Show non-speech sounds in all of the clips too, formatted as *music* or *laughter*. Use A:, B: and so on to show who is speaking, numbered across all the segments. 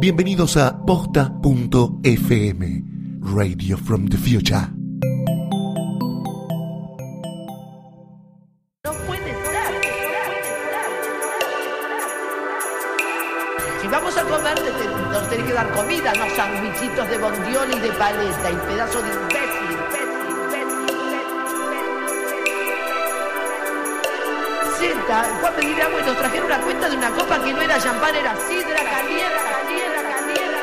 A: Bienvenidos a posta.fm, Radio from the Future.
B: No puede estar. Si vamos a comer, te- te- nos tenés que dar comida, no sandwichitos de bondiol y de paleta y pedazo de imbécil. Senta, fue a pedir agua y nos trajeron una cuenta de una copa que no era champán, era sidra caliente, caliente, caliente,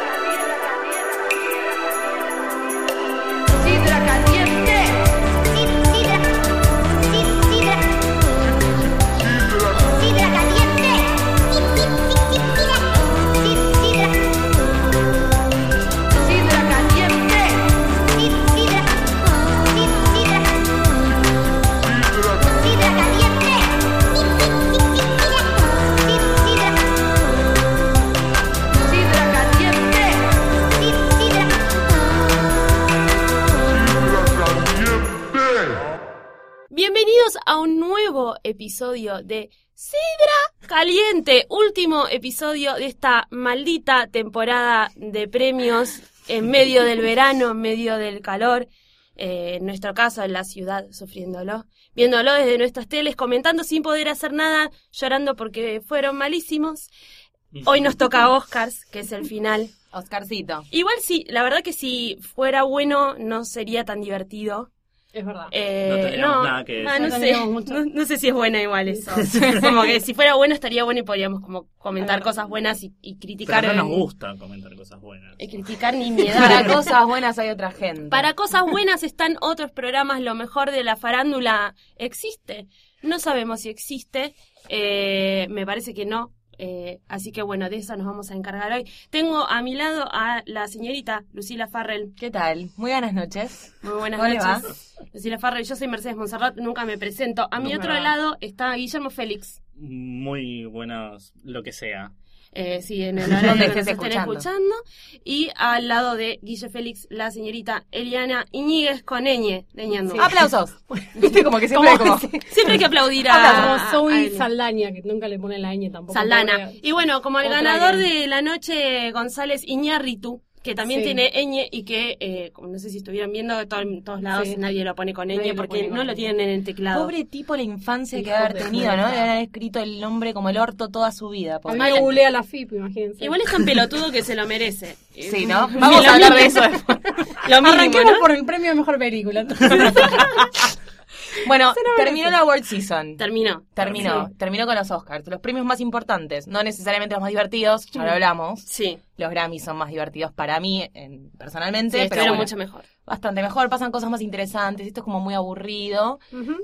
B: caliente, caliente. Sidra caliente. Sidra caliente. Sidra caliente.
C: Bienvenidos a un nuevo episodio de Sidra Caliente, último episodio de esta maldita temporada de premios en medio del verano, en medio del calor. eh, en nuestro caso, en la ciudad, sufriéndolo, viéndolo desde nuestras teles, comentando sin poder hacer nada, llorando porque fueron malísimos. Hoy nos toca Oscars, que es el final.
D: Oscarcito.
C: Igual sí, la verdad que si fuera bueno no sería tan divertido.
D: Es verdad.
C: Eh,
E: No tendríamos nada que
C: Ah, no,
D: decir. No
C: sé,
D: tendríamos mucho.
C: no, no sé si es buena igual eso. *laughs* como que si fuera bueno estaría bueno y podríamos como comentar cosas buenas y, y criticar.
E: Pero no nos
C: en-
E: gusta comentar cosas buenas.
C: eh, criticar
D: *laughs* Para
C: nimiedad.
D: cosas buenas hay otra gente.
C: Para cosas buenas están otros programas, lo mejor de la farándula existe. No sabemos si existe, eh, me parece que no. eh, así que bueno, de eso nos vamos a encargar hoy. Tengo a mi lado a la señorita Lucila Farrell.
D: ¿Qué tal? Muy buenas noches.
C: Muy buenas
D: ¿Cómo le
C: noches. Lucila Farrell, yo soy Mercedes Monserrat, nunca me presento. A mi
E: Nunca.
C: otro lado está Guillermo Félix.
E: Muy buenas, lo que sea.
C: Eh, sí, en el horario
D: *laughs* Donde
C: que nos
D: estés
C: estén
D: escuchando.
C: escuchando. Y al lado de Guille Félix, la señorita Eliana Iñiguez con ñ, de Ñando.
D: Sí. *laughs* Aplausos. Viste como que siempre como... *laughs*
C: Siempre hay que aplaudir a,
F: Ah,
C: a
F: soy
C: él.
F: Saldaña, que nunca le ponen la ñ tampoco.
C: Saldana.
F: Pobre-
C: Y bueno, como el
F: Otra
C: ganador
F: ñ.
C: de la noche, González Iñárritu, que también
F: Sí.
C: tiene ñ y que, eh, como no sé si estuvieron viendo, de todo- en todos lados
F: Sí.
C: nadie lo pone con
F: Nadie
C: ñ
F: lo
C: porque
F: pone con
C: no lo
F: ñ.
C: tienen en el teclado.
D: Pobre tipo la infancia que
F: Hijo
D: debe haber
F: de
D: tenido, ¿no?
F: puta.
D: Debe haber escrito el nombre como el orto toda su vida.
F: A
D: pobre.
F: mí me googlea la FIP, imagínense.
C: Igual es tan pelotudo que se lo merece.
D: *laughs* Sí, *laughs* ¿no? Vamos a hablar de eso después. *laughs*
C: Lo mínimo,
F: Arranquemos
C: ¿no?
F: por el premio de mejor *laughs* película. entonces.
D: Bueno,
F: Se lo merece.
D: terminó la World Season.
C: Terminó.
D: Terminó. Terminó con los Oscars. Los premios más importantes. No necesariamente los más divertidos, ya lo hablamos.
C: Sí,
D: Los Grammys son más divertidos para mí, en-
C: sí,
D: personalmente. pero
C: estuvieron
D: bueno.
C: mucho mejor.
D: bastante mejor, pasan cosas más interesantes, esto es como muy aburrido.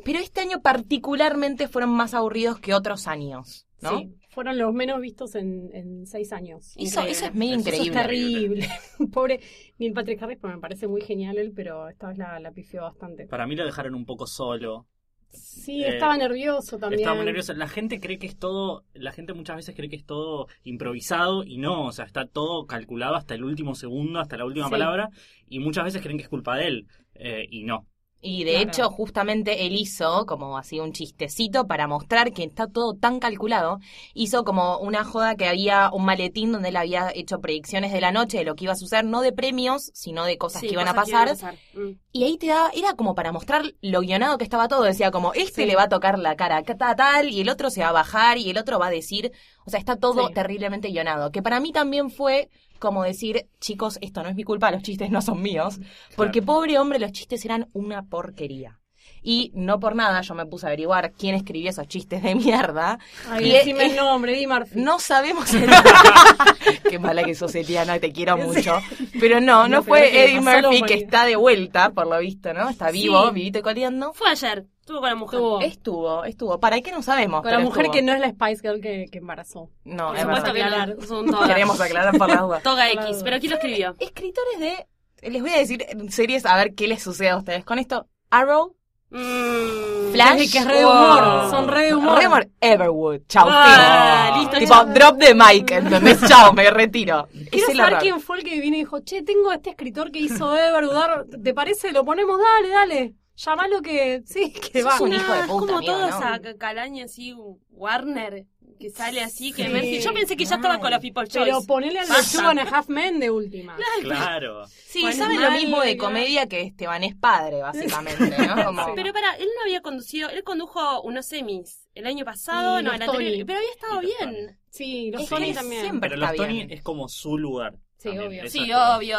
D: Pero este año particularmente fueron más aburridos que otros años, ¿no?
F: Sí, fueron los menos vistos en, en seis años.
D: Eso,
C: Increíble.
D: eso es medio
E: Eso
F: Eso es
D: increíble.
F: terrible. *laughs* Pobre Neil Patrick Harris, pero me parece muy genial él, pero esta vez la, la pifió bastante.
E: Para mí lo dejaron un poco solo.
F: Sí,
E: Eh,
F: estaba nervioso también.
E: Estaba muy nervioso. La gente cree que es todo, la gente muchas veces cree que es todo improvisado y no, o sea, está todo calculado hasta el último segundo, hasta la última
F: Sí.
E: palabra y muchas veces creen que es culpa de él eh, y no.
D: Y de
F: Claro.
D: hecho, justamente él hizo como así un chistecito para mostrar que está todo tan calculado. Hizo como una joda que había un maletín donde él había hecho predicciones de la noche de lo que iba a suceder, no de premios, sino de cosas
C: Sí,
D: que iban a
C: cosas
D: pasar.
C: Mm.
D: Y ahí te daba, era como para mostrar lo guionado que estaba todo. Decía como, este
F: Sí.
D: le va a tocar la cara a ta- tal, y el otro se va a bajar, y el otro va a decir. O sea, está todo
F: Sí.
D: terriblemente guionado. Que para mí también fue como decir, chicos, esto no es mi culpa, los chistes no son míos. Porque pobre hombre, los chistes eran una porquería. Y no por nada yo me puse a averiguar quién escribió esos chistes de mierda.
F: Ay,
D: Y-
F: decime
D: y-
F: el nombre, Di Murphy.
D: No sabemos el Qué mala que sos, Eliana, te quiero mucho. Pero no, no,
F: No, pero es
D: fue
F: que le
D: Eddie
F: pasó lo
D: Murphy que
F: marido.
D: está de vuelta, por lo visto, ¿no? Está
C: Sí.
D: vivo, vivito y coleando.
C: Fue ayer, estuvo con la mujer.
F: Estuvo
D: Estuvo, estuvo. ¿Para qué no sabemos?
F: con la
D: pero
F: mujer
D: estuvo.
F: que no es la Spice Girl que, que embarazó.
D: No,
C: Por
D: es
C: supuesto
D: verdad.
C: que
F: verdad.
C: no, es
D: *laughs*
C: un toga.
D: Queremos aclarar por
C: *laughs*
D: la duda.
C: Toga
F: Claro.
C: X, pero ¿quién lo escribió?
D: Escritores de... Les voy a decir series a ver qué les sucede a ustedes con esto. Arrow,
C: Mm.
D: Flash.
F: Desde que es re de humor,
D: Wow.
F: son re de humor.
D: Re Everwood. Chau,
C: Ah,
D: fin.
C: listo,
D: Tipo,
C: chau.
D: drop the mic, ¿entendés? Chau, me retiro.
F: Quiero
D: Es el
F: saber
D: horror.
F: quién fue el que vino y dijo, che, tengo a este escritor que hizo Everudar, ¿te parece? Lo ponemos, dale, dale. Llamalo que sí, que
D: Sos
F: va.
D: un hijo de
C: es
D: puta,
C: como
D: amigo,
C: todos
D: ¿no?
C: a Calaña, así, Warner, que sale así, que
F: Sí,
C: Mercy- Yo pensé que ya
D: mal.
C: estaba con la People Choice.
F: Pero ponele a los Two and a Half Men de última.
E: Claro.
C: sí,
D: Y
F: Bueno,
D: saben
C: ¿saben?
D: lo
F: mal,
D: mismo de
F: ya.
D: comedia que Esteban es padre, básicamente,
C: *laughs*
D: ¿no? Como-
C: Pero para, él no había conducido, él condujo unos semis el año pasado,
F: Y
C: no, el
F: los
C: anterior,
F: Tony.
C: pero había estado
E: Y los
C: bien.
F: Sí, los
D: Es
F: Sony
D: que
F: también.
D: siempre-
E: Pero
D: está
E: los Tony
D: bien.
E: es como su lugar.
F: Sí,
E: también,
F: obvio.
E: esas
C: Sí,
E: cosas.
C: obvio.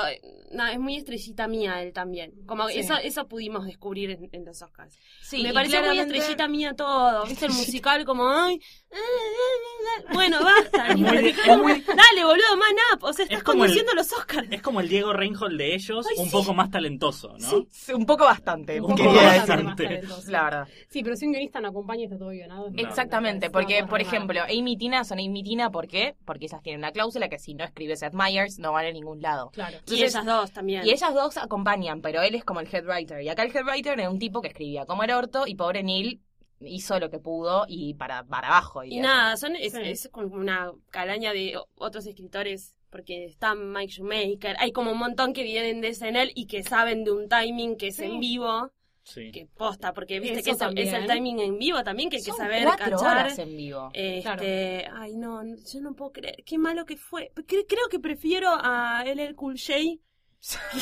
C: No, es muy estrellita mía él también. Como que
F: Sí.
C: eso, eso pudimos descubrir en, en los Oscars.
D: Sí,
C: Me
D: y
C: pareció
D: claramente-
C: muy estrellita mía todo. ¿Viste el musical? Como, ay. eh, eh, eh, eh. Bueno, basta.
E: Es muy-
C: Nicolás,
E: es muy-
C: Dale, boludo, man up. O sea, estás
E: Es como el-
C: conduciendo los Oscars.
E: Es como el Diego Reinhold de ellos,
C: Ay,
E: un
C: sí.
E: poco más talentoso, ¿no?
D: Sí, sí, un poco bastante.
E: Un
F: Un poco
E: Quería
F: más
E: decirte.
F: adelante, más talentoso.
D: La verdad.
F: Sí, pero si un guionista no acompaña está todo guionado. es
E: No.
F: malo.
D: Exactamente,
F: No,
D: porque,
F: no,
D: por
F: no, no.
D: ejemplo, Amy Tina son Amy Tina, ¿por qué? Porque ellas tienen una cláusula que si no escribe Seth Meyers no van a ningún lado.
F: Claro.
C: y ellas dos también.
D: Y ellas dos acompañan, pero él es como el head writer. Y acá el head writer era un tipo que escribía como el orto y pobre Neil hizo lo que pudo y para, para abajo.
C: Y
D: digamos.
C: nada, son, es,
F: Sí.
C: es como una calaña de o- otros escritores, porque está Mike Shoemaker, hay como un montón que vienen de SNL y que saben de un timing que es
F: Sí.
C: en vivo,
E: Sí.
C: que posta, porque viste
F: Eso
C: que eso es el
F: también.
C: timing en vivo también que hay que
D: Son
C: saber
D: cuatro
C: cachar.
D: horas eh. en vivo.
C: Este,
F: Claro.
C: ay no, yo no puedo creer, qué malo que fue. Cre- creo que prefiero a LL Cool J.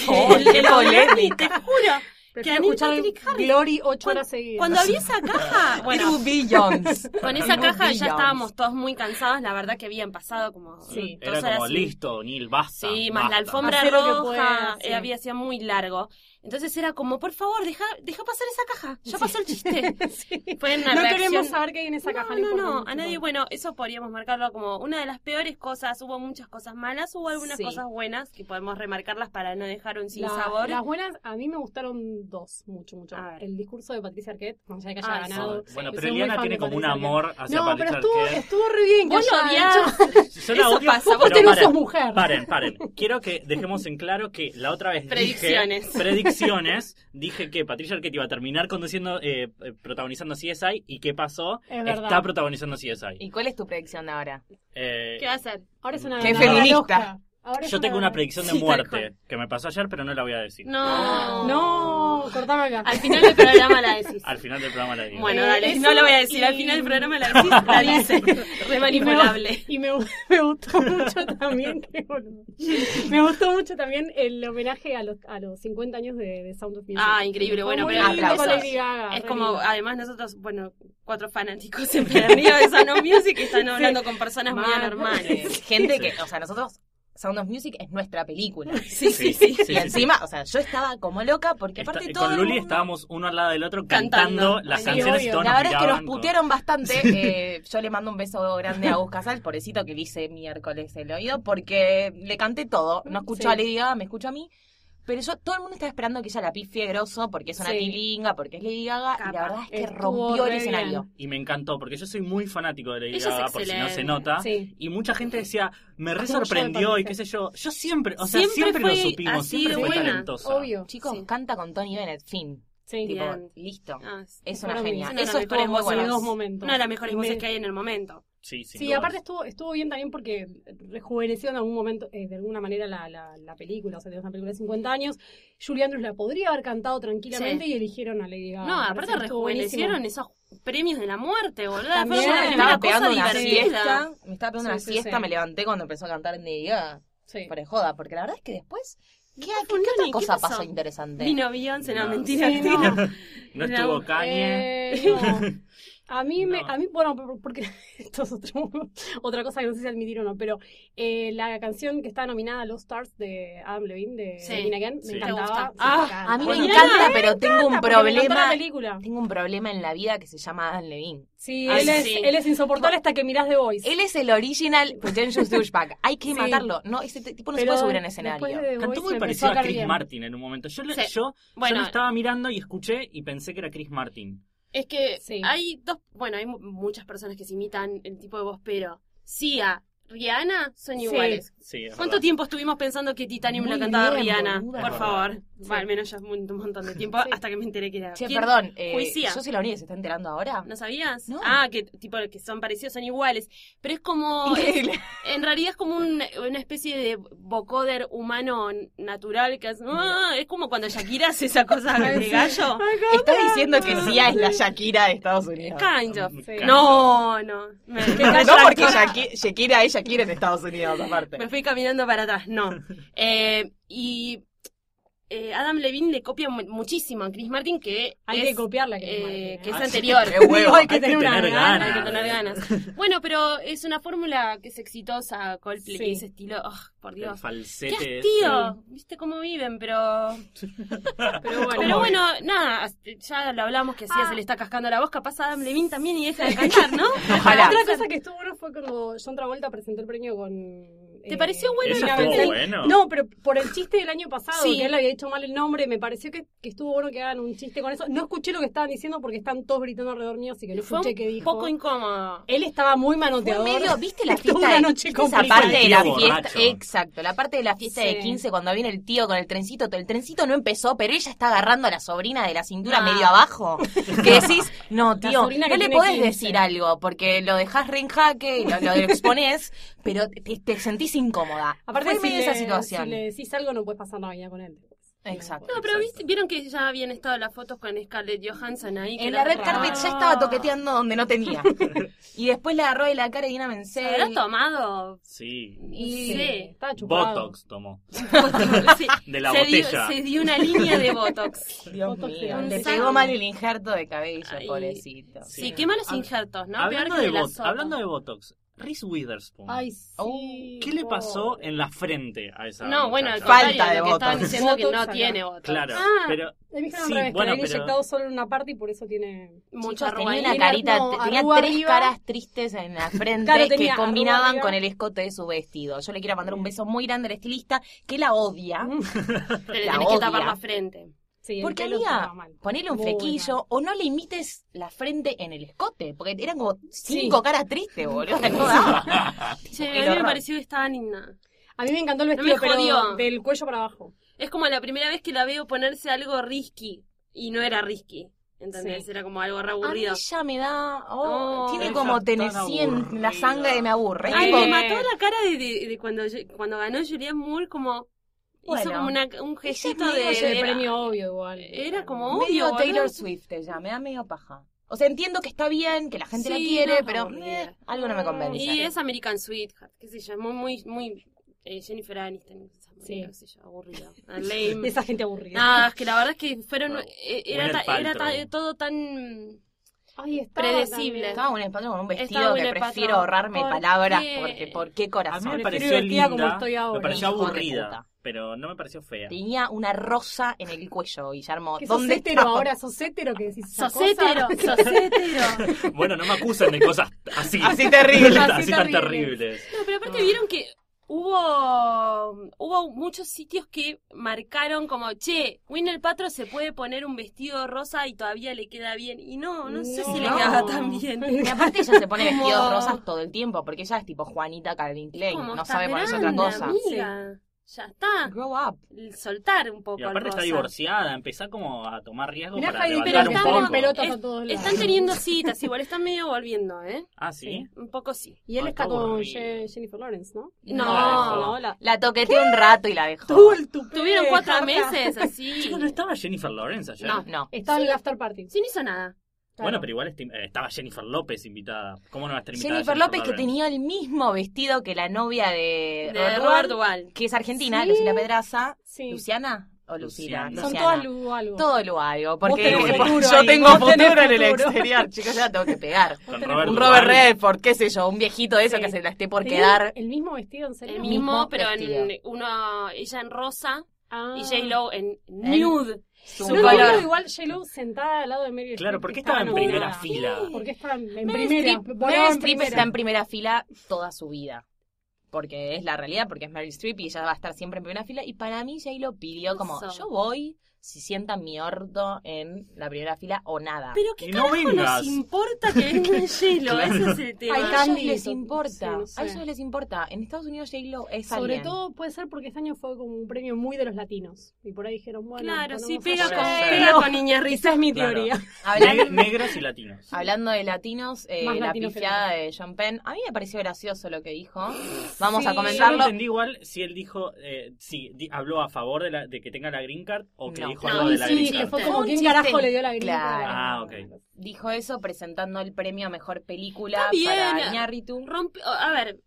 D: Oh,
C: el, el,
D: qué
C: O'Leary, te juro.
F: Prefiero
C: a mí
F: escuchar
C: Patrick Harris-
F: Glory ocho
C: cuan-
F: horas seguidas.
C: Cuando abrí esa caja, bueno,
D: Ruby Jones.
C: *laughs*
F: *laughs*
C: Con esa
D: Ruby
C: caja ya
D: Jones.
C: estábamos todos muy cansados, la verdad que habían pasado como
F: Sí.
C: dos
E: Era
C: horas
E: como
C: y-
E: listo, Neil, basta.
C: Sí, más la
E: basta".
C: alfombra
F: Hacé lo que
C: roja
F: puedas, sí.
C: eh, había sido muy largo. Entonces era como, por favor, deja, deja pasar esa caja,
F: *laughs*
C: ya pasó el chiste. Fue una
F: no
C: reacción-
F: queremos saber qué hay en esa caja.
C: No,
F: importa,
C: no, no, a nadie,
F: importa.
C: bueno, eso podríamos marcarlo como una de las peores cosas, hubo muchas cosas malas, hubo algunas
D: Sí.
C: cosas buenas que podemos remarcarlas para no dejar un sin
F: La-
C: sabor.
F: Las buenas, a mí me gustaron dos, mucho, mucho.
C: A ver. Ah,
F: El discurso de Patricia Arquette, más allá de que haya
C: Ay,
E: Sí.
F: ganado.
E: Bueno,
F: Yo
E: pero
F: soy muy
E: Eliana
F: fan
E: tiene
F: de
E: como un
F: Patricia Arquette.
E: amor hacia
F: No,
E: Patricia
F: pero estuvo,
E: *laughs* Arquette.
F: estuvo re bien que
C: Vos lo
F: haya
C: odiás.
F: hecho-
E: Yo la
C: Eso
E: odio,
C: pasa, vos
E: pero
F: tenés
E: paren,
F: sos mujer.
E: Paren, paren. Quiero que dejemos en claro que la otra vez dije-
C: Predicciones.
E: predicciones. Dije que Patricia Arquette iba a terminar conduciendo, eh, eh, protagonizando CSI. ¿Y qué pasó?
F: Es verdad.
E: Está protagonizando CSI.
D: ¿Y cuál es tu predicción de ahora?
E: Eh,
C: ¿Qué va a hacer?
F: Ahora es una
D: Qué
F: ganadora del
D: feminista.
F: Oscar. Ahora es
E: yo tengo una
F: ganadora.
E: predicción de
C: Sí, tal
E: muerte
C: cual.
E: que me pasó ayer, pero no la voy a decir.
C: No.
F: No, cortame acá.
C: Al final del programa la
E: *laughs*
C: decís.
E: Al final del programa la digo.
C: Bueno,
F: Eh,
C: dale,
F: eso
C: no lo voy a decir.
F: y-
C: Al final del programa *laughs* la decís, la dice. Re
F: Y me-
C: manipulable.
F: Y me, *laughs* me gustó mucho también, qué boludo. me gustó mucho también el homenaje a los, a los 50 años de, de Sound of Music.
C: Ah, increíble. Bueno,
F: Fue
C: pero
F: muy lindo con
D: aplausos.
F: Lady Gaga,
C: Es
F: re
C: como,
F: lindo.
C: además nosotros, bueno, cuatro fanáticos empedernidos de Sound *laughs* of Music que están hablando con personas muy
D: Mal.
C: anormales.
D: Eh, Gente
E: Sí.
D: que, o sea, nosotros, Sound of Music es nuestra película.
E: sí, sí, sí, sí,
D: y encima, o sea, yo estaba como loca porque
E: Está-
D: aparte
E: eh,
D: todo.
E: con
D: el
E: Luli
D: mundo-
E: estábamos uno al lado del otro
C: Cantando.
E: cantando, las
F: Sí,
E: canciones
F: obvio.
E: y todos
D: La verdad es que nos
E: miraban con-
D: putearon bastante. eh, yo le mando un beso grande a Gus Casal, pobrecito que le hice miércoles el oído, porque le canté todo. No escuchó
F: Sí.
D: a Lady Gaga, me escuchó a mí. Pero yo, todo el mundo estaba esperando que ella la pifie grosso, porque es una
F: Sí.
D: tilinga, porque es Lady Gaga, y
C: Capa.
D: la verdad es que
F: Estuvo
D: rompió el
F: re
D: escenario.
F: bien.
E: Y me encantó, porque yo soy muy fanático de Lady
C: Ella es
E: Gaga, por si no se
C: excelente.
E: nota.
F: Sí.
E: Y mucha gente decía, me re
F: Como yo de
E: sorprendió y
F: Patricia.
E: qué sé yo. Yo siempre, o sea,
C: Siempre
E: siempre,
C: fue
E: lo supimos,
C: así
E: siempre
C: de
E: fue
C: buena,
E: talentosa.
F: Obvio.
D: Chicos,
C: Sí.
D: canta con Tony Bennett, fin.
F: Sí.
D: Tipo,
C: Bien.
D: listo.
C: Ah, sí.
D: Es una
F: Fueron
D: genia.
C: mis- una
D: Eso
C: de las
D: estuvo
C: mejores
D: muy
C: voces de
D: bueno.
F: dos momentos.
C: Una de las mejores
F: Y me-
C: voces que hay en el momento.
E: Sí, sin
F: Sí,
E: dudas.
F: aparte estuvo, estuvo bien también porque rejuveneció en algún momento, eh, de alguna manera, la, la, la película. O sea, tenemos una película de 50 años. Julie Andrews la podría haber cantado tranquilamente y eligieron a Lady Gaga.
C: No,
F: Me
C: aparte
F: parece que Ah, estuvo
C: rejuvenecieron
F: buenísimo.
C: esos premios de la muerte, boludo. Fueron
F: También,
C: una
D: me
C: primera
D: estaba
F: una
C: cosa
D: pegando una
C: divertida.
D: siesta. Me estaba pegando una
F: Sí, sí,
D: siesta,
F: sí.
D: me levanté cuando empezó a cantar Lady Gaga.
F: Sí.
D: Por joda, porque la verdad es que después. ¿Qué, qué-
C: fue Nani,
D: qué otra
C: ¿qué
D: cosa
C: pasó?
D: pasó interesante?
C: Vino Beyoncé, no,
E: No.
C: mentira.
F: Sí, no.
E: No estuvo
C: No,
E: Kanye. *laughs*
F: Eh, no. A mí, me,
E: No.
F: a mí bueno, por- porque *laughs* esto es otro- otra cosa que no sé si admitir o no, pero eh, la canción que está nominada Los Stars de Adam Levine, de
C: Sí.
F: Levine Again, me
E: Sí.
C: ¿Te
F: encantaba.
C: gusta?
F: Sí,
C: Ah,
F: encanta.
D: A mí me
C: Bueno,
D: encanta, pero tengo un
F: porque me encantó la
D: problema.
F: película.
D: Tengo un problema en la vida que se llama Adam Levine.
F: Sí,
C: Ay,
F: él, es,
C: sí.
F: él es insoportable hasta que mirás The Voice.
D: Él es el original Pretentious Douchebag. Hay que
F: Sí.
D: matarlo. No, ese t- tipo no se
F: Pero
D: puede subir en
F: después
D: escenario.
F: de The
E: Cantó
F: Voice
E: muy
F: me empezó
E: parecido a
F: caer
E: Chris
F: bien.
E: Martin en un momento. Yo, le-
C: Sí.
E: yo,
C: *laughs* Bueno.
E: yo lo estaba mirando y escuché y pensé que era Chris Martin.
C: Es que
F: Sí.
C: hay dos, bueno, hay mu- muchas personas que se imitan el tipo de voz, pero Sia Rihanna son
F: Sí.
C: iguales.
E: Sí, es
C: ¿Cuánto
E: verdad.
C: tiempo estuvimos pensando que Titanium
D: Muy
C: la cantaba
D: bien,
C: Rihanna?
D: boluda.
C: Por favor.
F: Sí.
C: Va, al menos ya es un un montón de tiempo hasta que me enteré que era.
D: Che,
C: ¿Quién?
D: perdón, eh,
C: Juicía.
D: yo soy la única que se está enterando ahora.
C: ¿No sabías?
D: No.
C: Ah, que tipo que son parecidos, son iguales. Pero es
D: *laughs*
C: como.
D: Increíble.
C: En realidad es como un- una especie de vocoder humano n- natural que hace- ¡Ah! es como cuando Shakira hace esa
D: *laughs*
C: cosa de gallo.
F: Oh
D: Estás diciendo que Sia es la Shakira de Estados Unidos.
C: Kind of.
E: Sí.
C: No, no. Me, me
D: No
C: cayó
D: porque
C: acá.
D: Shaki- Shakira es Shakira en Estados Unidos, aparte.
C: Me fui caminando para atrás, no. Eh, y eh, Adam Levine le copia mu- muchísimo a Chris Martin, que
F: Hay
C: es,
F: que copiarla. Que
C: eh,
F: es Martin,
C: que
F: ¿eh?
C: es
E: Ah, sí.
C: anterior.
D: Qué
F: *laughs*
D: huevo.
F: Hay que
E: Hay que
F: tener una
E: tener
F: gana.
C: Hay que tener ganas. Bueno, pero es una fórmula que es exitosa, Coldplay,
F: Sí.
C: que es estilo, oh, por
E: El
C: Dios. ¡Qué
E: falsete. este. es-
C: hastío! ¿Viste cómo viven? Pero
F: Pero bueno.
C: pero bueno, nada, este, ya lo hablamos que hacía,
F: Ah.
C: se le está cascando la voz, capaz Adam Levine también y deja de cantar, ¿no?
D: Ojalá.
F: Otra cosa que estuvo bueno fue cuando John Travolta presentó el premio con.
C: ¿Te pareció bueno?
E: Eso
F: Idina
E: estuvo
F: Menzel.
E: bueno.
F: No, pero por el chiste del año pasado,
C: Sí.
F: que él había dicho mal el nombre, me pareció que, que estuvo bueno que hagan un chiste con eso. No escuché lo que estaban diciendo porque están todos gritando alrededor mío, así que no
C: Fue
F: escuché qué
C: un
F: dijo.
C: poco incómodo.
F: Él estaba muy
D: Fue
F: manoteador.
D: medio, ¿viste la
F: Estuvo
D: fiesta?
F: una
D: de- ¿viste
F: noche
D: esa
F: complicada.
D: parte de la
E: El tío
D: fiesta,
E: borracho.
D: exacto, la parte de la fiesta de
F: Sí.
D: 15 cuando viene el tío con el trencito, el trencito no empezó, pero ella está agarrando a la sobrina de la cintura
C: Ah.
D: medio abajo, que decís, no tío,
F: sobrina
D: no
F: que
D: le
F: tiene
D: podés
F: 15.
D: decir algo, porque lo dejás re en jaque y lo, lo exponés, *laughs* pero te, te sentís incómoda.
F: Aparte,
D: Aparte
F: si
D: medio
F: le,
D: esa situación.
F: si le decís algo, no puedes pasar Navidad con él.
D: Exacto.
C: No, pero ¿viste- vieron que ya habían estado las fotos con Scarlett Johansson ahí. que
D: En
C: era "Ah,
D: la red
C: raro.
D: carpet ya estaba toqueteando donde no tenía. y después le agarró de la cara y una
C: ¿Se
D: Menzel.
C: habrá tomado?
E: Sí.
C: Y
D: *laughs*
F: Sí,
C: sí.
F: estaba chupado.
E: Botox tomó.
C: Sí.
E: De la
C: se Dio,
E: botella.
C: se dio una línea de
E: *laughs*
C: Botox.
D: Dios
F: Fotos
D: mío,
F: gigantes.
D: le
C: Sí.
D: pegó mal el injerto de cabello,
C: Ay.
D: pobrecito.
C: Sí, qué malos
E: Hab-
C: injertos, ¿no? Peor
E: hablando,
C: que
E: de
C: el
E: bot-
C: azoto.
E: hablando de Botox, Reese Witherspoon.
F: Ay, sí.
D: Oh.
E: ¿Qué le pasó
F: pobre.
E: en la frente a esa
C: No, bueno, al
E: muchacha?
D: Falta
C: contrario, lo
D: de
C: que
D: Botox.
C: estaban diciendo que
F: Botox
C: no
F: acá.
C: tiene Botox.
E: Claro,
F: Ah.
E: pero
F: Le dijeron al
E: Sí,
F: revés, que
E: bueno,
F: le habían
E: pero-
F: inyectado solo en una parte y por eso tiene...
C: Mucha
D: Chicos,
C: arruga
D: tenía
C: ahí.
D: una
F: Arruga
D: carita,
F: arriba,
D: te- tenía
F: arruga
D: tres
F: arriba.
D: caras tristes en la frente
F: Claro, tenía
D: que
F: arruga
D: combinaban
F: arriba.
D: con el escote de su vestido. Yo le quiero mandar un beso muy grande al estilista que la odia.
C: Pero le
D: La
C: tenés que
D: odia.
C: tapar la frente.
F: Sí, el
D: Porque
F: pelo
D: había,
F: estaba mal.
D: ponele un
F: Muy mal.
D: flequillo o no le imites la frente en el escote. Porque eran como cinco caras tristes, boludo. no daba.
C: Che,
D: El
C: a mí me
D: horror.
C: pareció que estaba linda.
F: A mí me encantó el
C: No
F: vestido,
C: me jodió.
F: pero del cuello para abajo.
C: Es como la primera vez que la veo ponerse algo risky. Y no era risky. ¿Entendés?
F: Sí.
C: Era como algo re
D: A mí
C: aburrido.
D: ya me da. oh,
C: No.
D: tiene
E: Ella
D: como
E: tan
D: Tennessee en la
E: aburrida.
D: sangre y me aburre. Es
C: Ay,
D: tipo,
C: me mató la cara de, de- de cuando, yo- cuando ganó Julianne Moore, como hizo
D: Bueno.
C: como una- un gestito
D: medio
C: de,
F: Ese
C: de- ah,
F: el premio obvio igual.
C: era como obvio,
D: medio
C: boludo.
D: Taylor Swift ella, me da medio paja. O sea, entiendo que está bien, que la gente la
C: Sí,
D: quiere,
C: no, es
D: pero
C: aburrida.
D: eh, algo no me convence.
C: Y es American Sweetheart, qué sé yo, es muy, muy, muy eh, Jennifer Aniston, esa manera, qué sé yo, aburrida.
F: De
C: *laughs* Lame.
F: esa gente aburrida.
C: Nada, es que la verdad es que fueron,
E: Wow.
C: eh, era,
E: Gwyneth
C: ta- era ta-
E: Paltrow.
C: todo tan...
F: Ay, estaba
C: Predecible.
F: también.
D: Estaba un espacio con un
C: Estaba
D: vestido
C: Gwyneth
D: que
C: Paltrow.
D: prefiero ahorrarme
C: ¿Por
D: palabras
C: qué?
D: porque por qué
E: a mí me
D: corazón.
E: pareció
F: prefiero
E: linda,
F: vestida como estoy ahora.
E: me pareció
D: Hijo de
E: aburrida,
D: puta.
E: pero no me pareció fea.
D: Tenía una rosa en el cuello, Guillermo.
F: Que sos
D: ¿Dónde
F: hétero
D: está?
F: ahora, sos hétero que decís esa cosa. *laughs*
C: Sosétero,
D: *laughs*
C: sosétero.
E: *laughs* Bueno, no me acusan de cosas así.
D: Así
E: *laughs*
D: terrible.
E: Así,
F: Así
E: tan
F: terribles.
E: terribles.
C: No, pero
E: Ah.
C: aparte vieron que hubo hubo muchos sitios que marcaron como, che, Winner Patro se puede poner un vestido rosa y todavía le queda bien. Y no, no sé si le
D: No.
C: queda tan
D: *laughs*
C: bien.
D: Y aparte ella se pone
C: Como-
D: vestidos rosas todo el tiempo porque ella es tipo Juanita Calvin Klein,
C: Como,
D: no
C: "Estás
D: sabe ponerse otra
C: grande,
D: cosa.
C: amiga. Ya está.
D: Grow up.
C: Soltar un poco
E: Y aparte
C: el
E: está
C: rosa.
E: divorciada, empezá como a tomar riesgo
F: Mirá,
E: para
F: Javi,
E: levantar
C: pero
E: un
C: estamos
E: poco.
F: en pelotas
C: Es-
F: a todos lados.
C: Están teniendo citas, igual están medio volviendo, ¿eh?
E: Ah, sí.
C: Un poco sí.
F: Y él
E: Ay,
F: está
E: todo
F: con
E: horrible.
F: Je- Jennifer Lawrence, ¿no?
C: No.
E: Ah, eso.
F: No, la...
D: La toqueteé un rato y la dejó.
F: Tú, el tupé,
C: Tuvieron cuatro
F: Jarta.
C: meses así.
E: Chicos, ¿no estaba Jennifer Lawrence ayer?
D: No, no.
F: Estaba en el after party.
C: Sí, no hizo nada.
E: Bueno, pero igual este- eh, estaba Jennifer López invitada. ¿Cómo no va a estar invitada?
D: Jennifer López que
E: Lawrence?
D: tenía el mismo vestido que la novia de,
C: De
D: Robert
C: Robert
D: Wall,
C: Duval.
D: que es argentina,
F: Sí.
D: Lucila Pedraza.
F: Sí.
D: ¿Luciana o Lucila?
E: Luciana.
F: Son
D: Luciana.
F: todas lu- algo.
D: Todo lo hago, porque
E: tenés
F: futuro
D: *laughs* yo
F: ahí,
D: tengo
F: vos
D: futuro
F: tenés
D: en el
F: futuro.
D: exterior, chicos, ya la tengo que
F: *laughs*
D: pegar.
E: Con Robert
D: un
E: Duvall.
D: Robert Redford, qué sé yo, un viejito de eso
F: Sí.
D: que se la esté por
F: ¿Tenían
D: quedar.
F: El mismo vestido, en serio.
C: El
D: mismo
C: mismo, pero en
D: vestido.
C: uno, ella en rosa
F: Ah.
C: y J-Lo en *laughs* nude.
D: Su
F: No
C: color.
F: entiendo igual J-Lo sentada al lado de Meryl
E: Claro,
F: Streep,
E: ¿por qué
F: que
E: estaba en primera
F: aburrida.
E: fila?
F: ¿Por qué estaba en
D: Meryl
F: primera?
D: Streep-
F: Volaba
D: Meryl
F: en
D: Streep
F: primera.
D: está en primera fila toda su vida. Porque es la realidad, porque es Meryl Streep y ella va a estar siempre en primera fila. Y para mí, J-Lo pidió como,
C: Eso.
D: yo voy, si sientan mi orto en la primera fila o nada.
C: Pero qué
E: Y no
C: carajo
E: vengas.
C: nos importa que venga el hielo,
E: Claro.
C: ese es el tema.
F: Ay,
D: a ellos
F: Candy,
D: les
F: to-
D: importa,
F: sí, no sé.
D: a ellos les importa. En Estados Unidos J-Lo es
F: Sobre
D: alguien.
F: todo puede ser porque este año fue como un premio muy de los latinos. Y por ahí dijeron, bueno,
C: claro,
F: ponemos
C: sí,
F: a
C: pega
F: J-Lo.
C: con,
E: Claro.
C: pega con niña risa, es mi
E: Claro.
C: teoría.
D: Hablando,
E: Ne- negros y latinos.
D: hablando de latinos, eh,
F: Más
D: la
F: latinos que
D: pifiada de Sean Penn, a mí me pareció gracioso lo que dijo. Vamos a
F: Sí.
E: Yo no
D: comentarlo.
E: entendí igual si él dijo, eh, si di- habló a favor de, la, de que tenga la green card o que
D: No.
E: dijo
C: No,
E: algo de la
C: sí,
E: green
F: que
E: card.
F: fue
C: Fue
F: como
C: un
F: quién
C: chiste.
F: carajo le dio la green
D: Claro.
E: Ah, ok.
D: Dijo eso presentando el premio a mejor
C: Está
D: película
C: bien.
D: para Iñárritu.
C: rompe- o- a ver,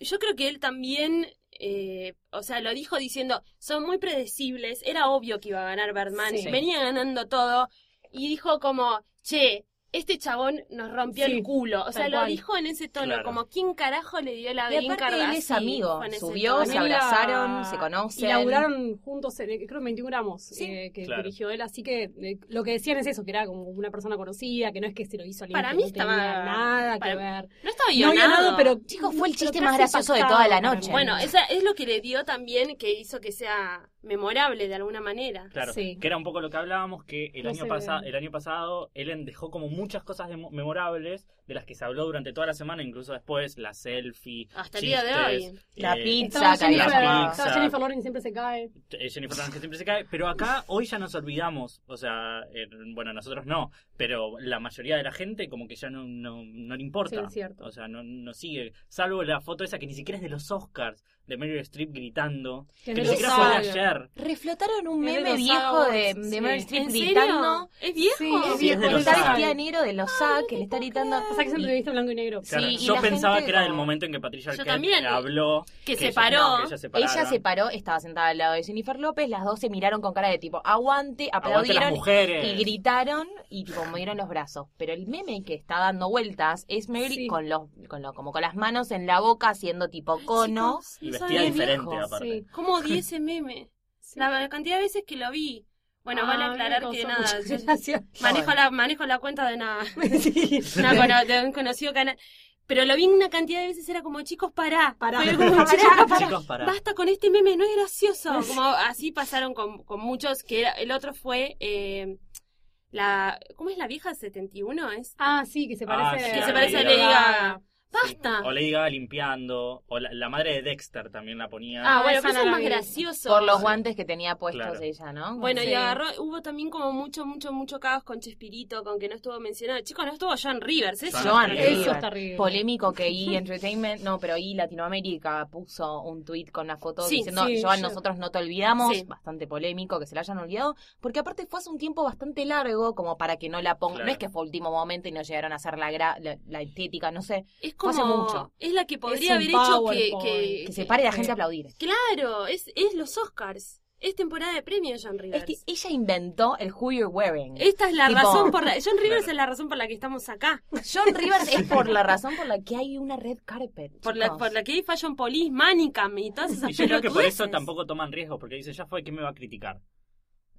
C: yo creo que él también, eh, o sea, lo dijo diciendo, son muy predecibles, era obvio que iba a ganar Birdman,
F: Sí.
C: venía ganando todo, y dijo como, che, este chabón nos rompió
F: Sí,
C: el culo. O sea,
F: tal
C: lo
F: cual.
C: dijo en ese tono,
E: Claro.
C: como, ¿quién carajo le dio la
D: Y
C: green
D: aparte
C: card
D: él es
C: así?
D: amigo,
C: Fue en ese
D: subió,
C: tono.
D: se abrazaron, se conocen.
F: Y laburaron juntos, eh, creo que 21 gramos
D: Sí.
F: eh, que
E: Claro.
F: dirigió él. Así que eh, lo que decían es eso, que era como una persona conocida, que no es que se lo hizo alguien
C: Para
F: que
C: mí
F: no
C: estaba-
F: tenía nada
C: para-
F: que ver.
C: No estaba
F: No había
C: guionado.
F: nada, pero...
D: Chicos, fue el
F: pero
D: chiste más
F: casi
D: gracioso de
F: pactado,
D: toda la
F: para
D: noche.
F: mí.
C: Bueno, esa es lo que le dio también que hizo que sea memorable de alguna manera.
E: Claro,
F: Sí.
E: que era un poco lo que hablábamos, que el,
F: No
E: año,
F: se
E: pasa-
F: ve.
E: el año pasado Ellen dejó como muchas cosas de- memorables de las que se habló durante toda la semana, incluso después, la selfie,
C: Hasta el día de
E: chistes,
C: hoy.
D: La
E: eh,
D: pizza.
F: Estaba
D: Saca,
F: Jennifer,
E: digamos.
F: estaba
E: Pizza.
F: Jennifer Lawrence y siempre se cae.
E: eh, Jennifer Lawrence que siempre se cae, pero acá hoy ya nos olvidamos, o sea, eh, bueno, nosotros no, pero la mayoría de la gente como que ya no, no, no le importa.
F: Sí, es cierto.
E: O sea, no, no sigue, salvo la foto esa que ni siquiera es de los Oscars, de Meryl Streep gritando, que
F: es de
E: ni
F: los
E: siquiera fue de
F: Oscars.
E: ayer.
D: Reflotaron un
F: Es de
D: meme
F: los
D: viejo
F: Oscars,
D: de, de
F: sí.
D: Meryl Streep
C: ¿En serio?
D: gritando.
C: ¿Es viejo?
F: Sí, es
E: Sí, es de
F: viejo,
E: los
D: está
E: Oscars.
D: vestida de negro de los SAC, que le está gritando.
F: Pasa que es una entrevista en blanco y negro.
E: Claro,
D: Sí, y
E: yo
D: la
E: pensaba
D: gente
E: que era
D: como-
E: del momento en que Patricia
C: Yo
E: Arquette
C: también.
E: habló.
C: Que se
E: ellas-
C: paró.
E: no, que ellas se
D: Ella
E: pararon.
D: se paró, estaba sentada al lado de Jennifer López, las dos se miraron con cara de tipo,
E: Aguante
D: aguante,
E: las
D: aplaudieron
E: mujeres.
D: y gritaron y tipo movieron los brazos. Pero el meme que está dando vueltas es Meryl
F: Sí.
D: con los, con lo, como con las manos en la boca haciendo tipo cono.
C: Chicos, no
E: Y vestida
C: sabía.
E: diferente
D: viejo,
E: aparte. *laughs*
F: sí.
C: ¿Cómo odié ese meme? La cantidad de veces que lo vi. Bueno,
F: Ah,
C: vale
F: me
C: aclarar que
F: causó
C: nada.
F: mucha
C: yo
F: *laughs* gracia.
C: manejo, la, manejo la cuenta de, una,
F: Sí.
D: *laughs*
C: una cono- de un conocido canal. Pero lo vi una cantidad de veces, era como, chicos, pará.
F: Pará.
C: Fue como, "Chicos, pará".
E: Chicos, pará.
C: Basta con este meme, no es gracioso. Como así pasaron con, con muchos, que era- el otro fue eh, la... ¿Cómo es la vieja 71? Es...
F: Ah, sí, que se
E: Ah,
F: parece,
E: sí,
C: que
E: la
C: se parece a
E: Lady
C: Lady Gaga. Basta.
E: O Lady Gaga limpiando. O la, la madre de Dexter también la ponía.
C: Ah, bueno,
F: esa
C: pero eso
F: no
C: es
F: la
C: más
F: vi.
C: gracioso.
D: Por los guantes que tenía puestos
E: Claro.
D: ella, ¿no?
C: Bueno,
F: Sí.
C: y agarró, hubo también como mucho, mucho, mucho caos con Chespirito, con que no estuvo mencionado. Chicos, no estuvo John Rivers, es
E: Joan
C: Joan
E: Rivers.
C: Rivers.
F: Eso es terrible.
D: polémico que E! Entertainment, no, pero E! Latinoamérica puso un tweet con la foto
C: Sí,
D: diciendo,
F: sí,
D: Joan,
F: yo-
D: nosotros no te olvidamos,
C: Sí.
D: bastante polémico que se la hayan olvidado, porque aparte fue hace un tiempo bastante largo como para que no la pongan,
E: Claro.
D: no es que fue último momento y no llegaron a hacer la, gra- la, la estética, no sé,
C: Es
D: Fue
C: como,
D: hace mucho.
C: es la que
F: un
C: podría haber hecho que,
F: PowerPoint.
C: que,
D: que se pare la
F: sí.
D: gente a aplaudir.
C: Claro, es, es los Oscars. Es temporada de premios John Rivers.
D: Es que ella inventó el Who You're Wearing.
C: Esta es la
D: Tipo-
C: razón por la... John Rivers
E: Claro.
C: es la razón por la que estamos acá.
D: John Rivers es por la razón por la que hay una red carpet.
C: Por la,
D: chicos.
C: por la que hay Fashion Police, Manicam y todas
E: *laughs*
C: esas
E: y yo creo que por eso
C: pelotudeces.
E: tampoco toman riesgos, porque dice, ya fue, ¿quién me va a criticar?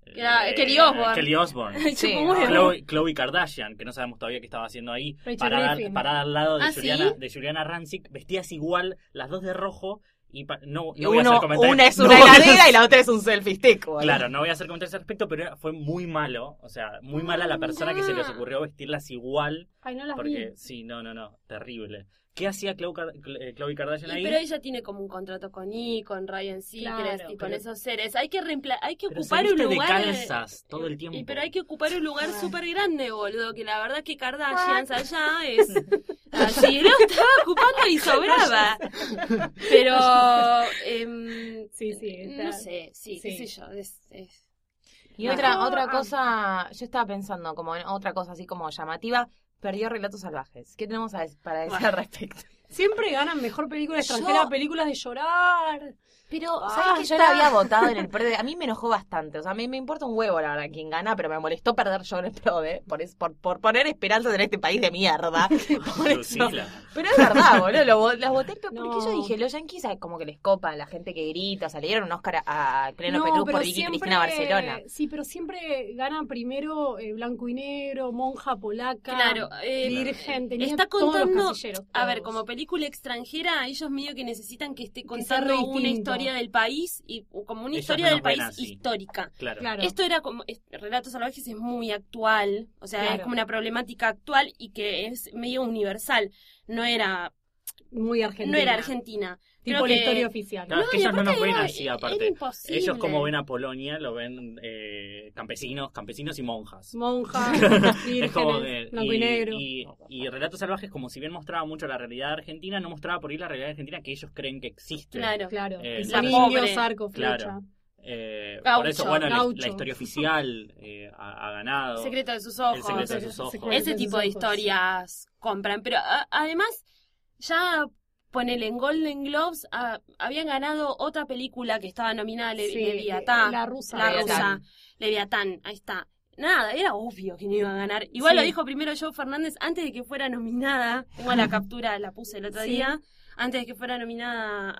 E: Eh,
C: Era Kelly Osbourne.
E: Kelly Osbourne.
C: Ay, chupa
D: Sí,
C: huevo.
E: Chloe, Chloe Kardashian, que no sabemos todavía qué estaba haciendo ahí,
F: Rachel
E: parada, al-
F: Griffin.
E: parada al lado de,
C: ¿Ah,
E: Juliana,
C: sí?
E: de Juliana Rancic, vestidas igual, las dos de rojo, y pa- no,
D: Y
E: no voy a
D: uno-
E: hacer comentarios.
D: una es
E: no
D: una
E: voy a hacer-
D: heladera y la otra es un selfie stick. boludo.
E: *laughs* Claro, no voy a hacer comentarios al respecto, pero era- fue muy malo, o sea, muy mala la persona que se les ocurrió vestirlas igual,
F: Ay, no las
E: porque
F: vi.
E: sí, no, no, no, terrible. ¿Qué hacía Chloe, Car- Cl- eh, Khloe Kardashian
C: Y
E: ahí?
C: pero ella tiene como un contrato con E, con Ryan Seacrest
F: Claro,
C: y con
E: pero-
C: esos seres. Hay que reempla- hay que
E: Pero se
C: ocupar un
E: viste de
C: lugar
E: calzas todo el tiempo.
C: Y pero hay que ocupar un lugar súper grande, boludo, que la verdad que Kardashians allá es
F: *laughs*
C: así, lo estaba ocupando y sobraba. Pero em,
F: Sí, sí. está-
C: no sé, sí, qué
F: Sí.
C: sé yo, es- es-
D: Y
C: Ajá.
D: otra, otra
F: Ah.
D: cosa, yo estaba pensando como en otra cosa así como llamativa, perdió Relatos Salvajes. ¿Qué tenemos a des- para decir
C: Bueno.
D: al *laughs* respecto?
F: Siempre ganan mejor película
D: Yo-
F: extranjera, películas de llorar.
D: Pero,
F: Ah,
D: ¿sabes que yo
F: está.
D: la había votado en el PRODE? A mí me enojó bastante, o sea, me, me importa un huevo la verdad quién gana, pero me
E: *laughs*
D: molestó perder yo en el PRODE, por, es- por, por poner esperanzas en este país de mierda. Por eso.
E: Lucila.
D: Pero es verdad, boludo, lo bo- las boté, pero
F: No.
D: porque yo dije, los yankees ah, como que les copa la gente que grita, o sea, le dieron un Oscar a, a Cleno
F: No,
D: Petrucci
F: pero
D: por Vicky Cristina Barcelona.
F: Sí, pero siempre ganan primero eh, blanco y negro, monja polaca,
C: Claro, eh,
F: virgen, tenía
C: está
F: todos los
C: contando-
F: casilleros,
C: A ver,
F: todos.
C: como película extranjera, ellos medio que necesitan que esté
F: sea
C: contando una
F: distinto.
C: historia del país y como una
E: Ellos
C: historia
E: no
C: del
E: nos ven
C: país
E: así.
C: histórica.
E: Claro.
F: Claro.
C: Esto era como es- Relatos salvajes es muy actual, o sea, es
D: Claro.
C: como una problemática actual y que es medio universal. No era
F: muy argentino.
C: no era Argentina.
F: Tipo
C: Creo
F: la
C: que-
F: historia oficial.
E: Claro, es que
C: y
E: ellos no nos
C: aparte
E: ven
C: era-
E: así,
C: era
E: aparte.
C: imposible.
E: Ellos como ven a Polonia, lo ven eh, campesinos, campesinos y monjas.
F: Monja,
E: *laughs* Es como de-
F: vírgenes, blanco
E: y,
F: y negro.
E: y- y Relatos Salvajes, como si bien mostraba mucho la realidad argentina, no mostraba por ahí la realidad argentina que ellos creen que existe.
C: Claro.
F: Claro,
E: Eh,
F: y
E: la
F: son
C: pobre.
F: indios, arco, flecha.
E: Claro. Eh,
C: Gaucho,
E: por eso, bueno, la-
F: gaucho.
E: La, historia oficial eh, ha, ha ganado.
C: Secreto de sus
E: El
C: ojos.
E: secreto de sus ojos.
F: Secreto
C: Ese
F: sus
C: tipo de
F: ojos.
C: historias compran. Pero a- además, ya ponele en Golden Globes, a- habían ganado otra película que estaba nominada Le-
F: Sí,
C: Leviatán.
F: La rusa.
C: La
D: Leviatán.
C: rusa. Leviatán, ahí está. Nada, era obvio que no iba a ganar. Igual
F: Sí.
C: lo dijo primero Joe Fernández antes de que fuera nominada. Tengo la captura, la puse el otro
F: Sí.
C: día. Antes de que fuera nominada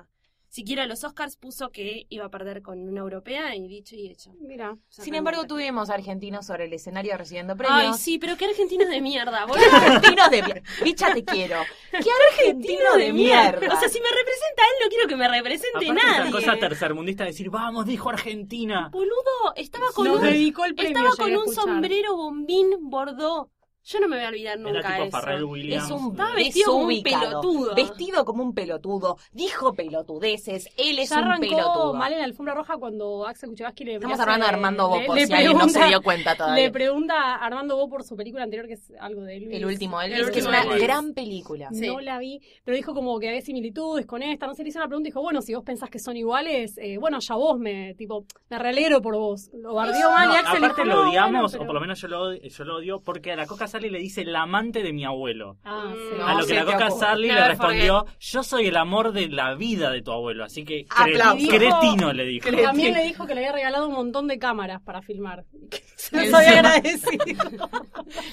C: a siquiera a los Oscars, puso que iba a perder con una europea y dicho y hecho.
F: Mira,
D: Sin embargo, tuvimos argentinos sobre el escenario recibiendo premios.
C: Ay, sí, pero qué argentinos de
D: *laughs*
C: mierda,
D: ¡Qué
C: boludo.
D: *laughs* argentinos de mierda! Bicha, te quiero. ¡Qué argentino de mierda!
C: O sea, si me representa él, no quiero que me represente
E: Aparte
C: nadie.
E: una cosa tercermundista decir, vamos, dijo Argentina.
C: Boludo, estaba con
F: nos
C: un,
F: dedicó el premio.
C: estaba con
F: llegué a
C: un
F: escuchar.
C: sombrero bombín bordó. Yo no me voy a olvidar nunca
E: Era tipo
C: eso.
E: Farrell Williams. eh.
D: es un
C: Estaba vestido como un
D: desubicado,
C: pelotudo.
D: Vestido como un pelotudo. Dijo pelotudeces. Él es
F: Ya
D: un
F: arrancó
D: pelotudo.
F: mal en la alfombra roja cuando Axel Kuchevaski le
D: Estamos
F: le
D: hablando de
F: hace-
D: Armando
F: le-
D: Bo, por
F: le
D: si alguien no se
F: pregunta-
D: dio cuenta
F: Le
D: todavía.
F: pregunta a Armando Bo por su película anterior, que es algo de Elvis.
D: El último Elvis,
C: El
D: que es
C: último
D: una
E: Elvis.
D: gran película.
C: Sí.
F: No la vi, pero dijo como que había similitudes con esta. No sé, le hizo una pregunta y dijo, bueno, si vos pensás que son iguales, eh, bueno, ya vos me, tipo, me realegro por vos. Lo bardeó mal
E: No,
F: y Axel
E: aparte
F: dijo,
E: lo
F: "No,
E: odiamos,
F: bueno,
E: o
F: pero-".
E: por lo menos yo lo, odio- yo lo odio, porque a la coca Sally le dice la amante de mi abuelo.
F: Ah, sí.
D: No,
E: a lo
D: se
E: que la
D: te
E: coca
D: ocurre.
E: Sarli le
C: Never
E: respondió, yo soy el amor de la vida de tu abuelo, así que cre-
D: Aplauso.
E: cretino le dijo.
F: Pero También le dijo que le había regalado un montón de cámaras para filmar. *laughs* Se
D: Encima.
F: los
E: *laughs*
F: había agradecido.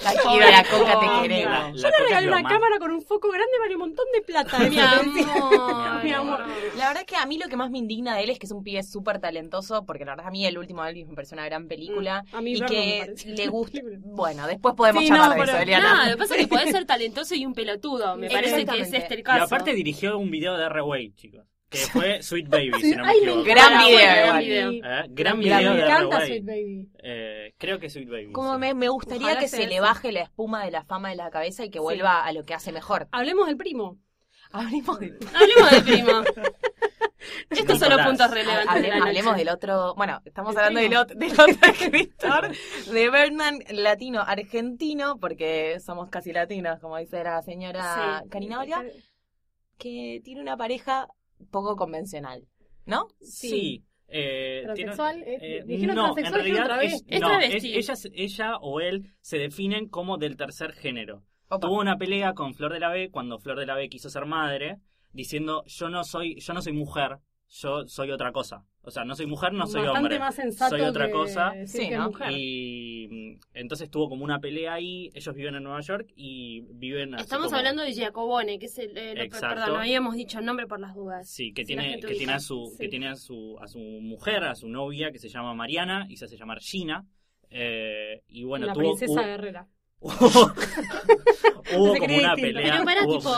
D: La quiero, la coca, te
E: La-
D: queremos.
E: la
F: Le
E: Coca es
F: regalé
E: lo
F: una
E: más.
F: cámara con un foco grande para un montón de
E: *laughs*
F: plata.
C: Mi amor.
F: Mi amor.
D: La verdad es que a mí lo que más me indigna de él es que es un pibe súper talentoso, porque la verdad a mí el último Elvis me pareció una gran película.
F: Mm, a mí
D: y
F: Vernon me
D: que
F: parece
D: le gusta.
F: una película.
D: Bueno, después podemos
F: Sí,
D: charlar
F: no,
D: de eso,
F: pero-
D: Eliana.
C: No, lo que pasa es que podés ser talentoso y un pelotudo. Me parece que es
D: Exactamente.
C: este el
E: Y
C: caso.
E: aparte dirigió un video de R-Way, chicos, que fue Sweet Baby, si no me
F: Ay, me
E: equivoco.
D: encanta. Gran
F: encanta,
D: video,
F: gran
D: igual.
F: video.
E: Eh,
F: Me
E: Gran
D: Me
E: video de
F: encanta
E: R-Way.
F: Sweet Baby.
E: Eh, creo que Sweet Baby.
D: Como
E: sí.
D: me, me gustaría
F: Ojalá
D: que
F: sea
D: se le
F: eso.
D: baje la espuma de la fama de la cabeza y que vuelva a lo que hace mejor.
F: Hablemos del primo.
D: *laughs* Hablemos, de-
C: Hablemos de
E: *laughs*
C: primo. Estos son los
E: Nicolás.
C: puntos relevantes.
D: hable-
C: de la noche.
D: hablemos del otro. Bueno, estamos
F: Del
D: hablando del,
F: primo.
D: ot- del otro
F: *laughs*
D: escritor de Berman latino argentino, porque somos casi latinos, como dice la señora
C: Sí.
D: Karina Olga, que tiene una pareja poco convencional. ¿no?
E: Sí. Eh,
F: Transexual,
E: tiene-
F: eh, dijeron
E: no, en
F: transexual, dijeron
E: realidad es,
F: travesti.
C: Es
E: no,
C: travesti.
E: es- ella, se- ella o él se definen como del tercer género.
D: Opa.
E: Tuvo una pelea con Flor de la B cuando Flor de la B quiso ser madre, diciendo yo no soy, yo no soy mujer, yo soy otra cosa. O sea, no soy mujer, no soy
F: Bastante
E: hombre.
F: más sensato
E: soy otra
F: que
E: cosa.
F: decir
D: Sí,
F: que es
D: ¿no?
F: mujer.
E: Y mm, entonces tuvo como una pelea ahí, ellos viven en Nueva York y viven... así
C: Estamos
E: como-
C: hablando de Giacobone, que es el. eh, no,
E: Exacto.
C: perdón, no habíamos dicho el nombre por las dudas.
E: Sí, que
C: Si la
E: tiene,
C: gente
E: que
C: ubica.
E: tiene, a, su,
F: Sí.
E: que tiene a, su, a su mujer, a su novia, que se llama Mariana y se hace llamar Gina. Eh, y bueno,
F: la
E: tuvo,
F: princesa
E: hubo- *laughs*
F: guerrera.
C: *laughs*
E: hubo
F: Se
E: como
F: cree
E: una
F: distinto.
E: pelea.
C: Pero para,
E: hubo-
C: tipo.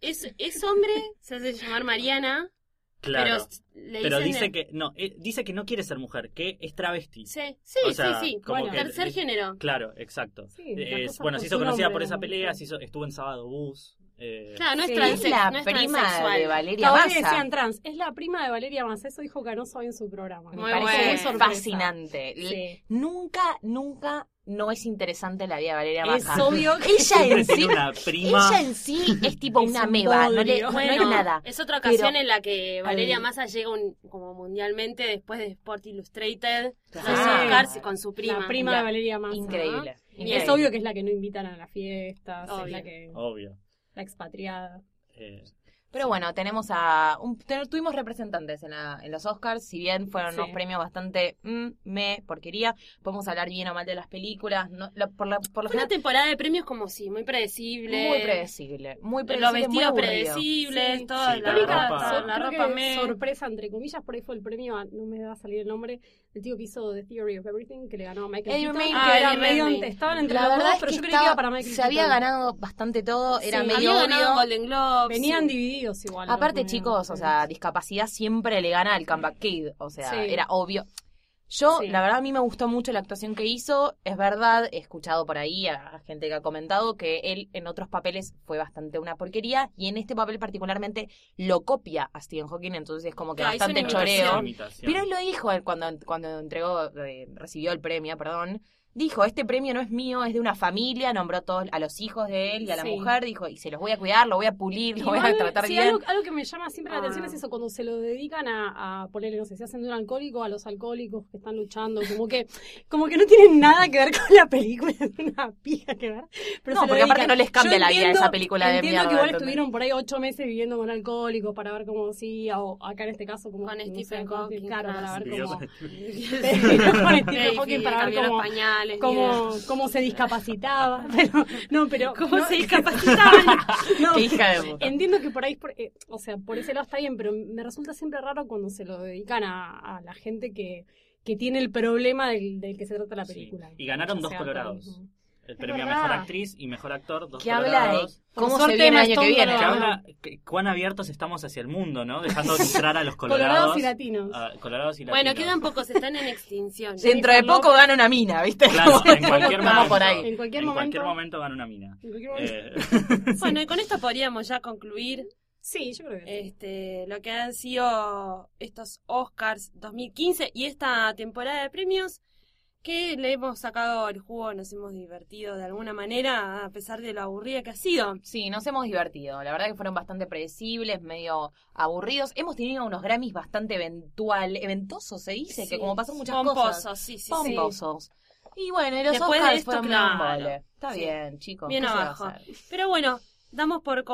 C: Es, es hombre, se hace llamar Mariana,
E: claro.
C: pero le
E: Pero
C: dicen
E: dice
C: el-
E: que no, eh, dice que no quiere ser mujer, que es travesti.
C: Sí, sí,
E: O sea,
C: sí, sí.
E: como
F: Bueno,
E: que-
C: Tercer género.
E: Claro, exacto.
F: Sí,
E: Eh,
F: las
E: es-
F: cosas
E: bueno,
F: por
E: se hizo
F: su
E: conocida
F: nombre,
E: por esa
F: ¿no?
E: pelea,
F: Sí.
E: se hizo- estuvo en Sábado Bus. eh,
C: Claro, no es
F: Sí,
D: Es
C: transex-
D: la
C: no es
D: prima
C: transexual.
D: de Valeria
F: Todavía
D: Massa.
F: decían trans. Es la prima de Valeria Massa. Eso dijo Canoso hoy en su programa.
C: Muy
D: Me parece
C: bueno.
D: muy
F: sorpresa.
D: fascinante. L-
F: Sí.
D: Nunca, nunca no es interesante la vida de Valeria
F: Es
D: Massa.
F: obvio que
D: Ella
E: siempre *laughs*
D: en
E: tiene
D: sí,
E: una prima.
D: ella en sí es tipo
F: Es
D: una
F: un
D: meba, no, le,
F: bodrio.
D: no es nada.
C: es otra ocasión
D: Pero-
C: en la que Valeria
D: Ay.
C: Massa llega un- como mundialmente después de Sport Illustrated, a
D: Claro.
C: los Oscars y con su prima.
F: La prima de Valeria Massa.
D: Ah. Increíble.
F: Y es
D: increíble.
F: obvio que es la que no invitan a las fiestas,
C: Obvio.
F: es la que
E: Obvio.
F: la expatriada.
E: Eh,
D: Pero bueno, tenemos a un- ten- tuvimos representantes en, la- en los Oscars, si bien fueron
F: Sí.
D: unos premios bastante mm, me porquería, podemos hablar bien o mal de las películas, no- la- por, la, por lo
C: Fue una
D: general
C: temporada de premios como sí, muy predecible.
D: muy predecible, muy predecible,
C: Los
D: muy
C: vestidos
D: aburrido.
C: predecibles,
F: Sí.
C: todo,
E: Sí,
C: la,
E: la
C: ropa,
E: ropa.
C: todo, la
F: Creo que
C: ropa me...
F: sorpresa, entre comillas, por ahí fue el premio, a- no me va a salir el nombre, el tío que hizo The Theory of Everything, que le ganó a Michael
D: Eddie
F: Keaton.
D: Redmayne.
F: que
C: Ah,
F: era
C: Eddie
F: medio-
C: Redmayne.
F: estaban entre
D: La
F: los
D: verdad
F: dos,
D: es
F: pero
D: que
F: yo creí que iba
D: estaba-
F: para Michael
D: se había
F: Keaton.
D: ganado bastante todo, era
C: Sí,
D: medio
C: había ganado
D: obvio.
C: Golden Globes.
F: Venían
C: sí.
F: divididos igual.
D: Aparte,
F: los
D: chicos, o
F: nominados.
D: sea, discapacidad siempre le gana al comeback kid, o sea,
F: Sí.
D: era obvio. Yo,
F: Sí.
D: la verdad, a mí me gustó mucho la actuación que hizo. Es verdad, he escuchado por ahí a, a gente que ha comentado que él en otros papeles fue bastante una porquería y en este papel particularmente lo copia a Stephen Hawking, entonces es como que
C: Claro, hizo
D: bastante
C: una
D: choreo.
C: imitación.
D: Pero él lo dijo él cuando, cuando entregó, eh, recibió el premio, perdón. Dijo, este premio no es mío, es de una familia, nombró todos a los hijos de él y a la
F: Sí.
D: mujer, dijo, y se los voy a cuidar, lo voy a pulir, *laughs* lo voy a
F: Igual,
D: tratar
F: sí,
D: bien.
F: Algo, algo que me llama siempre la atención
D: Ah.
F: es eso, cuando se lo dedican a, a ponerle, no sé, se hacen de un alcohólico a los alcohólicos que están luchando, como que, *laughs* como que no tienen nada que ver con la película, *laughs* es una pija que ver. Pero
D: No,
F: se lo
D: porque aparte
F: dedican.
D: no les cambia
F: Yo
D: la vida a
F: entiendo-
D: esa película de
F: entiendo
D: mierda,
F: que igual
D: ¿entendés?
F: estuvieron por ahí ocho meses viviendo con alcohólicos para ver cómo sí, o acá en este caso como...
C: Con
F: no sé,
C: Stephen
F: con-
C: Hawking,
F: Claro,
C: claro.
F: para ver
E: Vivió
F: cómo...
E: con
F: *laughs*
C: Sí,
F: con Stephen
D: *laughs*
F: Hawking
C: sí,
F: para ver
C: cambió los
F: cómo...
C: pañales.
F: Cómo, cómo se discapacitaba, *laughs* pero, no, pero...
C: ¿Cómo
F: no,
C: se discapacitaban?
F: *laughs*
D: *laughs*
F: no,
D: Qué hija de puta.
F: Entiendo que por ahí, por- eh, o sea, por ese lado está bien, pero me resulta siempre raro cuando se lo dedican a, a la gente que, que tiene el problema del, del que se trata la
E: Sí.
F: película.
E: Y ganaron
F: Ya
E: dos
F: sea
E: colorados.
F: por-
E: El premio a
F: verdad.
E: mejor actriz y mejor actor, dos
D: que habla de
E: colorados.
D: cómo
F: Por
D: se
F: suerte
D: viene el
F: no
D: año
F: está
D: que
F: un
D: viene.
E: Que
F: colorado.
E: habla que- cuán abiertos estamos hacia el mundo, ¿no? Dejando de entrar a los colorados.
F: Colorados y latinos.
E: Ah, colorados y latinos.
C: Bueno, quedan pocos, están en extinción.
D: Dentro de poco gana una mina, ¿viste? *laughs*
E: Claro, en cualquier
D: Vamos
E: momento.
D: por ahí.
F: En cualquier
E: en
F: momento.
E: cualquier momento gana una mina.
F: En cualquier momento.
E: Eh,
C: Bueno, y con esto podríamos ya concluir
F: sí, yo creo que sí.
C: este, lo que han sido estos Oscars 2015 y esta temporada de premios que le hemos sacado el jugo, nos hemos divertido de alguna manera a pesar de lo aburrida que ha sido.
D: Sí, nos hemos divertido. La verdad que fueron bastante predecibles, medio aburridos. Hemos tenido unos Grammys bastante eventual, eventosos, se dice,
C: Sí.
D: que como pasaron muchas cosas.
C: Pomposos, sí, sí, sí.
D: Pomposos. Y bueno, y los
C: Después de
D: Oscars
C: esto,
D: fueron
C: claro.
D: medio embole. Está
C: Sí.
D: bien, chicos.
C: Bien
D: ¿qué se va a
C: abajo.
D: hacer?
C: Pero bueno, damos por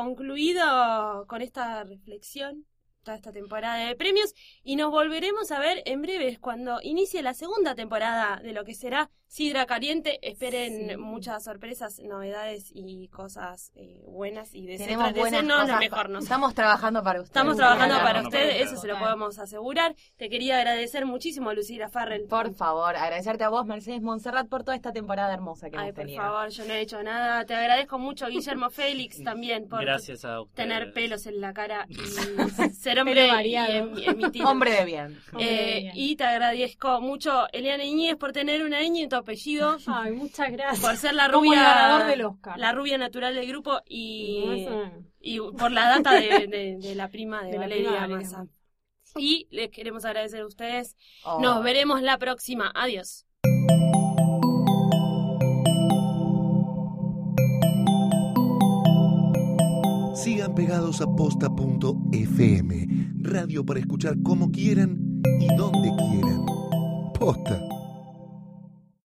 C: concluido con esta reflexión, toda esta temporada de premios, y nos volveremos a ver en breves cuando inicie la segunda temporada de lo que será Sidra Caliente. Esperen
D: Sí.
C: muchas sorpresas, novedades y cosas eh, buenas y de
D: Tenemos
C: Central
D: buenas
C: DC, no,
D: cosas.
C: la mejor no.
D: Estamos trabajando para ustedes.
C: Estamos trabajando para
E: Trabajando para
C: usted, eso
E: ustedes.
C: se lo podemos asegurar. Te quería agradecer muchísimo, Lucila Farrell.
D: Por favor, agradecerte a vos, Mercedes Montserrat, por toda esta temporada hermosa que
C: Ay,
D: hemos
C: por
D: tenido.
C: favor, yo no he hecho nada. Te agradezco
D: *laughs*
C: mucho, Guillermo Félix, también por
E: gracias a ustedes.
C: tener pelos en la cara
F: *laughs*
C: y ser hombre y
F: variado.
C: em- emitir.
D: Hombre de bien.
F: *laughs* Hombre,
C: Eh,
F: bien.
C: y te agradezco mucho, Eliana Iñez, por tener una ñ en tu
F: *laughs*
C: apellido,
F: Ay, muchas gracias.
C: por ser la
F: Como el ganador
C: rubia,
F: del Oscar.
C: la rubia natural del grupo
F: No,
C: y,
F: eso-
C: y por la data de, de- de la prima de,
F: De la
C: Valeria
F: prima de Valeria.
C: Massa. Y les queremos agradecer a ustedes.
D: Oh.
C: Nos veremos la próxima. Adiós.
A: Sigan pegados a posta.fm, radio para escuchar como quieran y donde quieran. Posta.